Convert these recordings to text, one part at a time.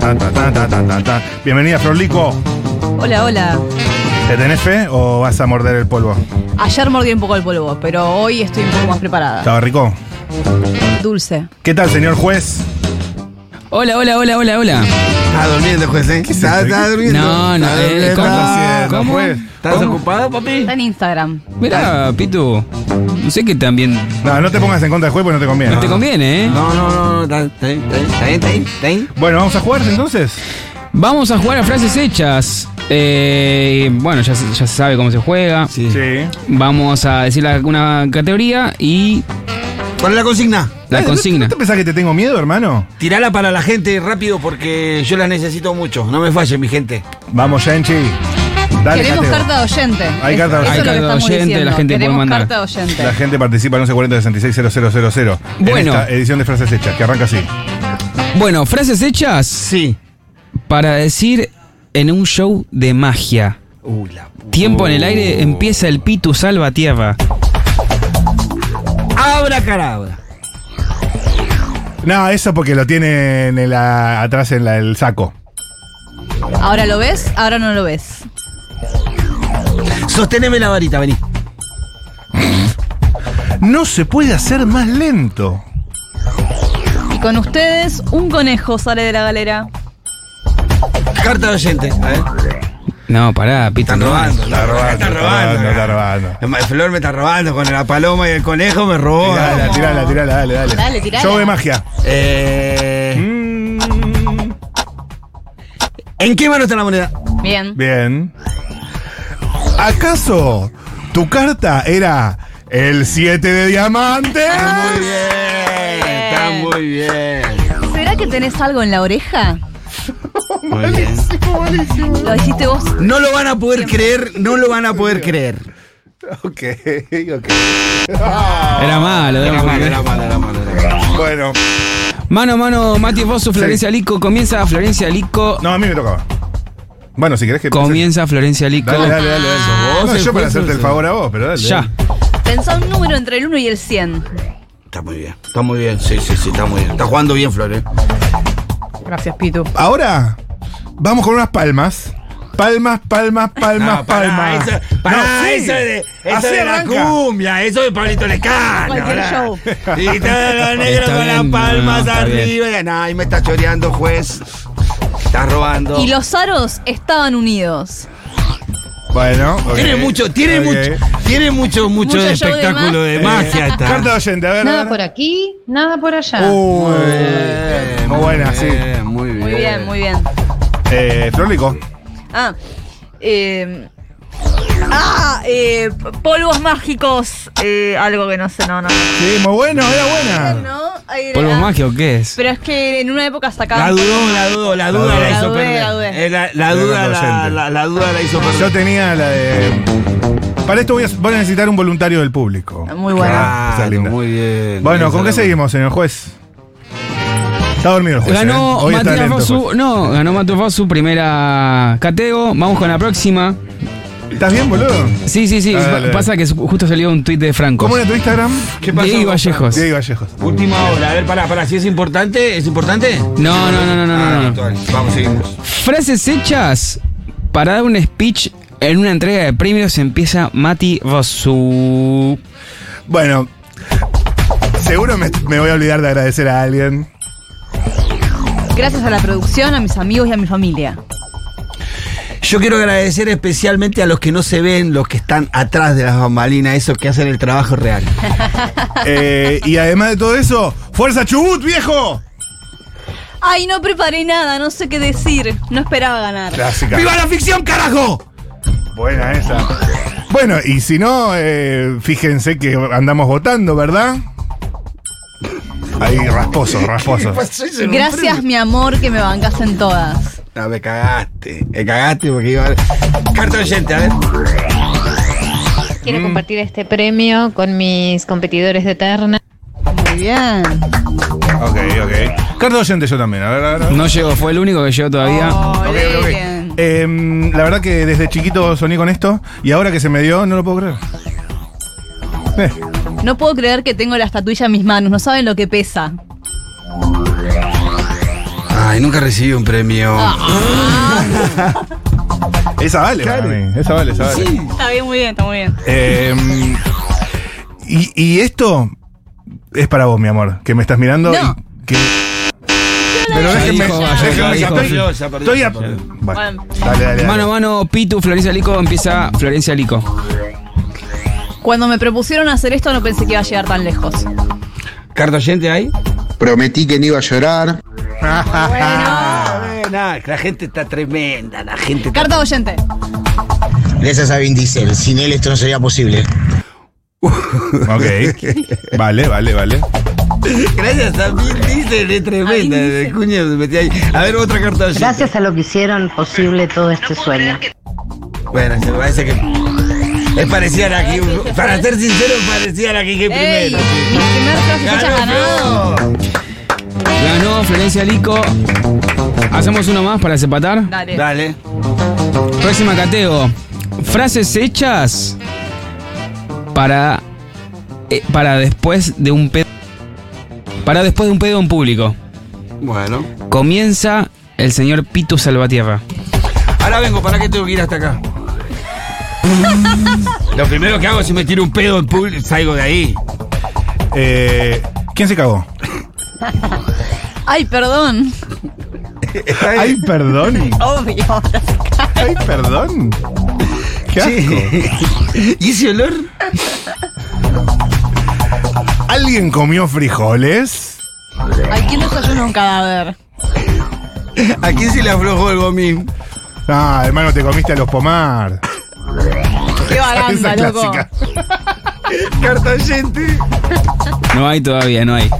Tan, tan, tan, tan, tan, tan, tan. Bienvenida, Florlico. Hola, hola. ¿Te tenés fe o vas a morder el polvo? Ayer mordí un poco el polvo, pero hoy estoy un poco más preparada. ¿Estaba rico? Dulce. ¿Qué tal, señor juez? Hola, hola, hola, hola, hola. Está durmiendo, juez, ¿eh? Está, está durmiendo. No, no, Está eh, durmiendo. ¿cómo? haciendo, ¿Cómo? juez? ¿Estás ocupado, papi? Está en Instagram. Mirá, Pitu, no sé que también No, no te pongas en contra del juez porque no te conviene. no te conviene, ¿eh? No, no, no, no, está está bien, está bien, está bien, está bien, está bien. Bueno, ¿vamos a jugar entonces? Vamos a jugar a frases hechas. Eh, bueno, ya, se- ya se sabe cómo se juega. Sí. Sí. Eh, Vamos a decir la- una categoría y ¿Cuál es la consigna? la Eh, ¿no- consigna. ¿No te pensás que te tengo miedo, hermano? Tirala para la gente rápido porque yo la necesito mucho. No me falle, mi gente. Vamos, Yanchi. Dale, Queremos Jateo. carta de oyente. Hay carta Es- de eso es lo oyente. que Hay carta de estamos oyente, diciendo. la gente puede Queremos mandar. carta de oyente. La gente participa al 1140-660000. En Bueno. esta edición de frases hechas, que arranca así. Bueno, frases hechas Sí. para decir en un show de magia. Uy, la puta. Tiempo en el aire, empieza el Pitu Salvatierra. Abracadabra. No, eso porque lo tienen en la- atrás en la- el saco. Ahora lo ves, ahora no lo ves. Sosteneme la varita, vení. No se puede hacer más lento. Y con ustedes, un conejo sale de la galera. Carta de oyente. A ver. No, pará, Pitu. Están no. robando. Está robando. Está Está robando, robando. eh. está robando. El Flor me está robando con la paloma y el conejo me robó. Tirala, tirala, tirala, dale, dale. Dale, tirala. Show de magia. Eh, Mm, ¿En qué mano está la moneda? Bien. bien. ¿Acaso tu carta era el 7 de diamantes? Ah, Muy bien. Eh, Está muy bien. ¿Será que tenés algo en la oreja? Muy bien. Lo dijiste vos. No lo van a poder creer, no lo van a poder creer. Ok, ok. Era malo, era malo. malo, era malo, era malo. Bueno. Mano a mano, Mati Bosso, Florencia Lico. Comienza Florencia Lico. No, a mí me tocaba. Bueno, si querés que... Comienza Ah, Florencia Lico. Dale, dale, dale. dale. Vos, no, yo el para juez, hacerte el sos- favor a vos, pero dale. Ya. Pensá un número entre el 1 y el 100. Está muy bien, está muy bien, sí, sí, sí, está muy bien. Está jugando bien, Flor, ¿eh? Gracias, Pitu. Ahora vamos con unas palmas. Palmas, palmas, palmas, No, pará, palmas. eso- pará, No, sí. eso de, eso Así de la arranca. cumbia, eso de Pablito Lescano. Cualquier pará. show. Y todos los negros Está con las bien, palmas no, está arriba. Y, ay, me está choreando, juez. Está robando. Y los aros estaban unidos. Bueno, ok. Tiene mucho, tiene Ok. mucho, tiene mucho, mucho, Mucho de show de espectáculo de magia. esta. Carta de oyente, a ver. a Nada ver. por aquí, nada por allá. Uy, Eh, muy Oh, buena, sí. bien, Muy bien. Muy bien, muy bien. Eh, Florlico. Ah. eh, ah, eh, polvos mágicos. eh, algo que no sé, no, no. Sí, muy bueno, era buena. ¿No? Ahí ¿Polvo era. mágico qué es? Pero es que en una época La sacaban. dudó, la dudó, la duda La la hizo dudé, perder. la dudé. Eh, La la Yo duda era la- docente. la la duda la hizo Yo perder. tenía la de. Para esto voy a, voy a necesitar un voluntario del público. Muy buena. Ah, Esa es linda. bien. Bueno, ¿con qué seguimos, señor juez? Está dormido el juez. ¿eh? Ganó Hoy está Matías lento, el Fosu. juez. No, ganó Matías Fosu, primera cateo. Vamos con la próxima. ¿Estás bien, boludo? Sí, sí, sí. Dale, pa- dale. Pasa que su- justo salió un tuit de Franco. ¿Cómo era tu Instagram? ¿Qué pasó? Diego Vallejos. Diego Vallejos. Última hora. A ver, pará, pará. Si es importante, ¿es importante? No, no, no, no, no, Ah, no, no. actual. Vamos, seguimos. Frases hechas para dar un speech en una entrega de premios. Empieza Mati Fosu. Bueno, seguro me, me voy a olvidar de agradecer a alguien. Gracias a la producción, a mis amigos y a mi familia. Yo quiero agradecer especialmente a los que no se ven, los que están atrás de las bambalinas, esos que hacen el trabajo real. Eh, y además de todo eso, ¡Fuerza Chubut, viejo! Ay, no preparé nada, no sé qué decir. No esperaba ganar. Clásica. ¡Viva la ficción, carajo! Buena esa. Bueno, y si no, eh, fíjense que andamos votando, ¿verdad? Ahí, rasposo, rasposo. Pues Gracias, mi amor, que me bancaste en todas. No, me cagaste. Me cagaste porque iba a. Carta oyente, a ver. Quiero compartir este premio con mis competidores de Terna. Muy bien. Ok, ok. Carta oyente yo también, a ver, a ver. a ver. No llegó, fue el único que llegó todavía. Ok, ok, ok. Bien. Em, la verdad que desde chiquito soñé con esto y ahora que se me dio no lo puedo creer. Eh, No puedo creer que tengo la estatuilla en mis manos, no saben lo que pesa. Ay, nunca recibí un premio. Ah, esa vale, para mí, esa vale, esa vale. Está bien, muy bien, está muy bien. Em, y, y esto es para vos, mi amor, que me estás mirando. No. y que- Pero Ya déjenme. dijo, ya déjenme- dijo, estoy- ya perdió, ya perdió, Estoy a- ya perdió. Bueno, dale, dale. Mano a dale. mano, Pitu, Florencia Lico, empieza Florencia Lico. Cuando me propusieron hacer esto no pensé que iba a llegar tan lejos. Carta oyente ahí. Prometí que no iba a llorar. Ah, nada, la gente está tremenda, la gente está. Carta oyente. Gracias a Vin Diesel. Sin él esto no sería posible. Ok. Vale, vale, vale. Gracias también, dice, es tremenda. el cuño se metió ahí. A ver, otra carta oyente. Gracias a lo que hicieron posible todo este sueño. Bueno, se me parece que. Es parecida a la que. Para ser sincero, es parecida a la que dije ¡Ey! primero. Mi primer frase que hayas ganado. Ganó, Flor. Ganó Florencia Lico. Hacemos uno más para separar. Dale. Dale. Próxima cateo. Frases hechas para. eh, para después de un pedo. Para después de un pedo en público. Bueno. Comienza el señor Pitu Salvatierra. Ahora vengo, ¿para qué tengo que ir hasta acá? Lo primero que hago es si me tiro un pedo en público, salgo de ahí. Eh, ¿Quién se cagó? Ay, perdón. Ay, perdón. Obvio. ahora se cae. Ay, perdón. Qué asco. ¿Y ese olor? ¿Alguien comió frijoles? Ay, ¿quién desayuna un cadáver? ¿A quién se le aflojó el gomín? Ah, hermano, te comiste a los pomar. Qué Esa vaganda, loco. clásica. Carta oyente. No hay todavía, no hay.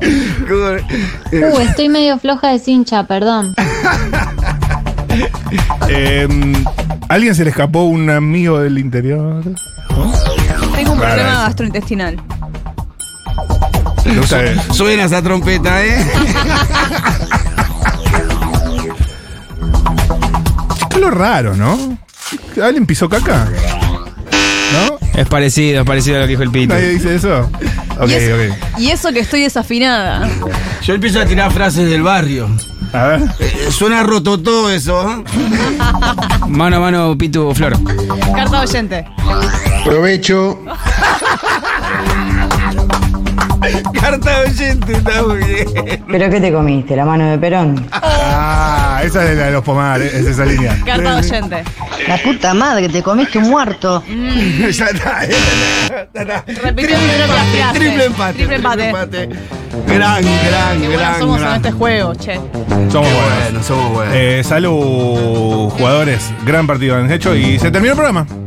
Uh, estoy medio floja de cincha, perdón. Eh, ¿Alguien se le escapó un amigo del interior? Tengo un Claro, problema eso. gastrointestinal. Me gusta el- Suena esa trompeta, ¿eh? Qué lo raro, ¿no? ¿Alguien pisó caca? ¿No? Es parecido, es parecido a lo que dijo el Pitu. ¿Nadie dice eso? Ok, y, eso, ok. y eso que estoy desafinada. Yo empiezo a tirar frases del barrio. A ver. Eh, Suena rototó eso, ¿eh? Mano a mano, Pitu Flor. Carta oyente. Provecho. Carta oyente, está muy bien. ¿Pero qué te comiste? ¿La mano de Perón? Ah, esa es la de los pomar, eh, es esa línea. Carta oyente. La puta madre, te comiste un muerto. ya está, ya está, ya está. Repitió mi propia frase. triple empate. Triple empate. Gran, gran, Qué buenos gran. somos en gran. este juego, che. Somos Qué buenos. bueno, somos buenos. Eh, salud, jugadores. Gran partido han hecho y se terminó el programa.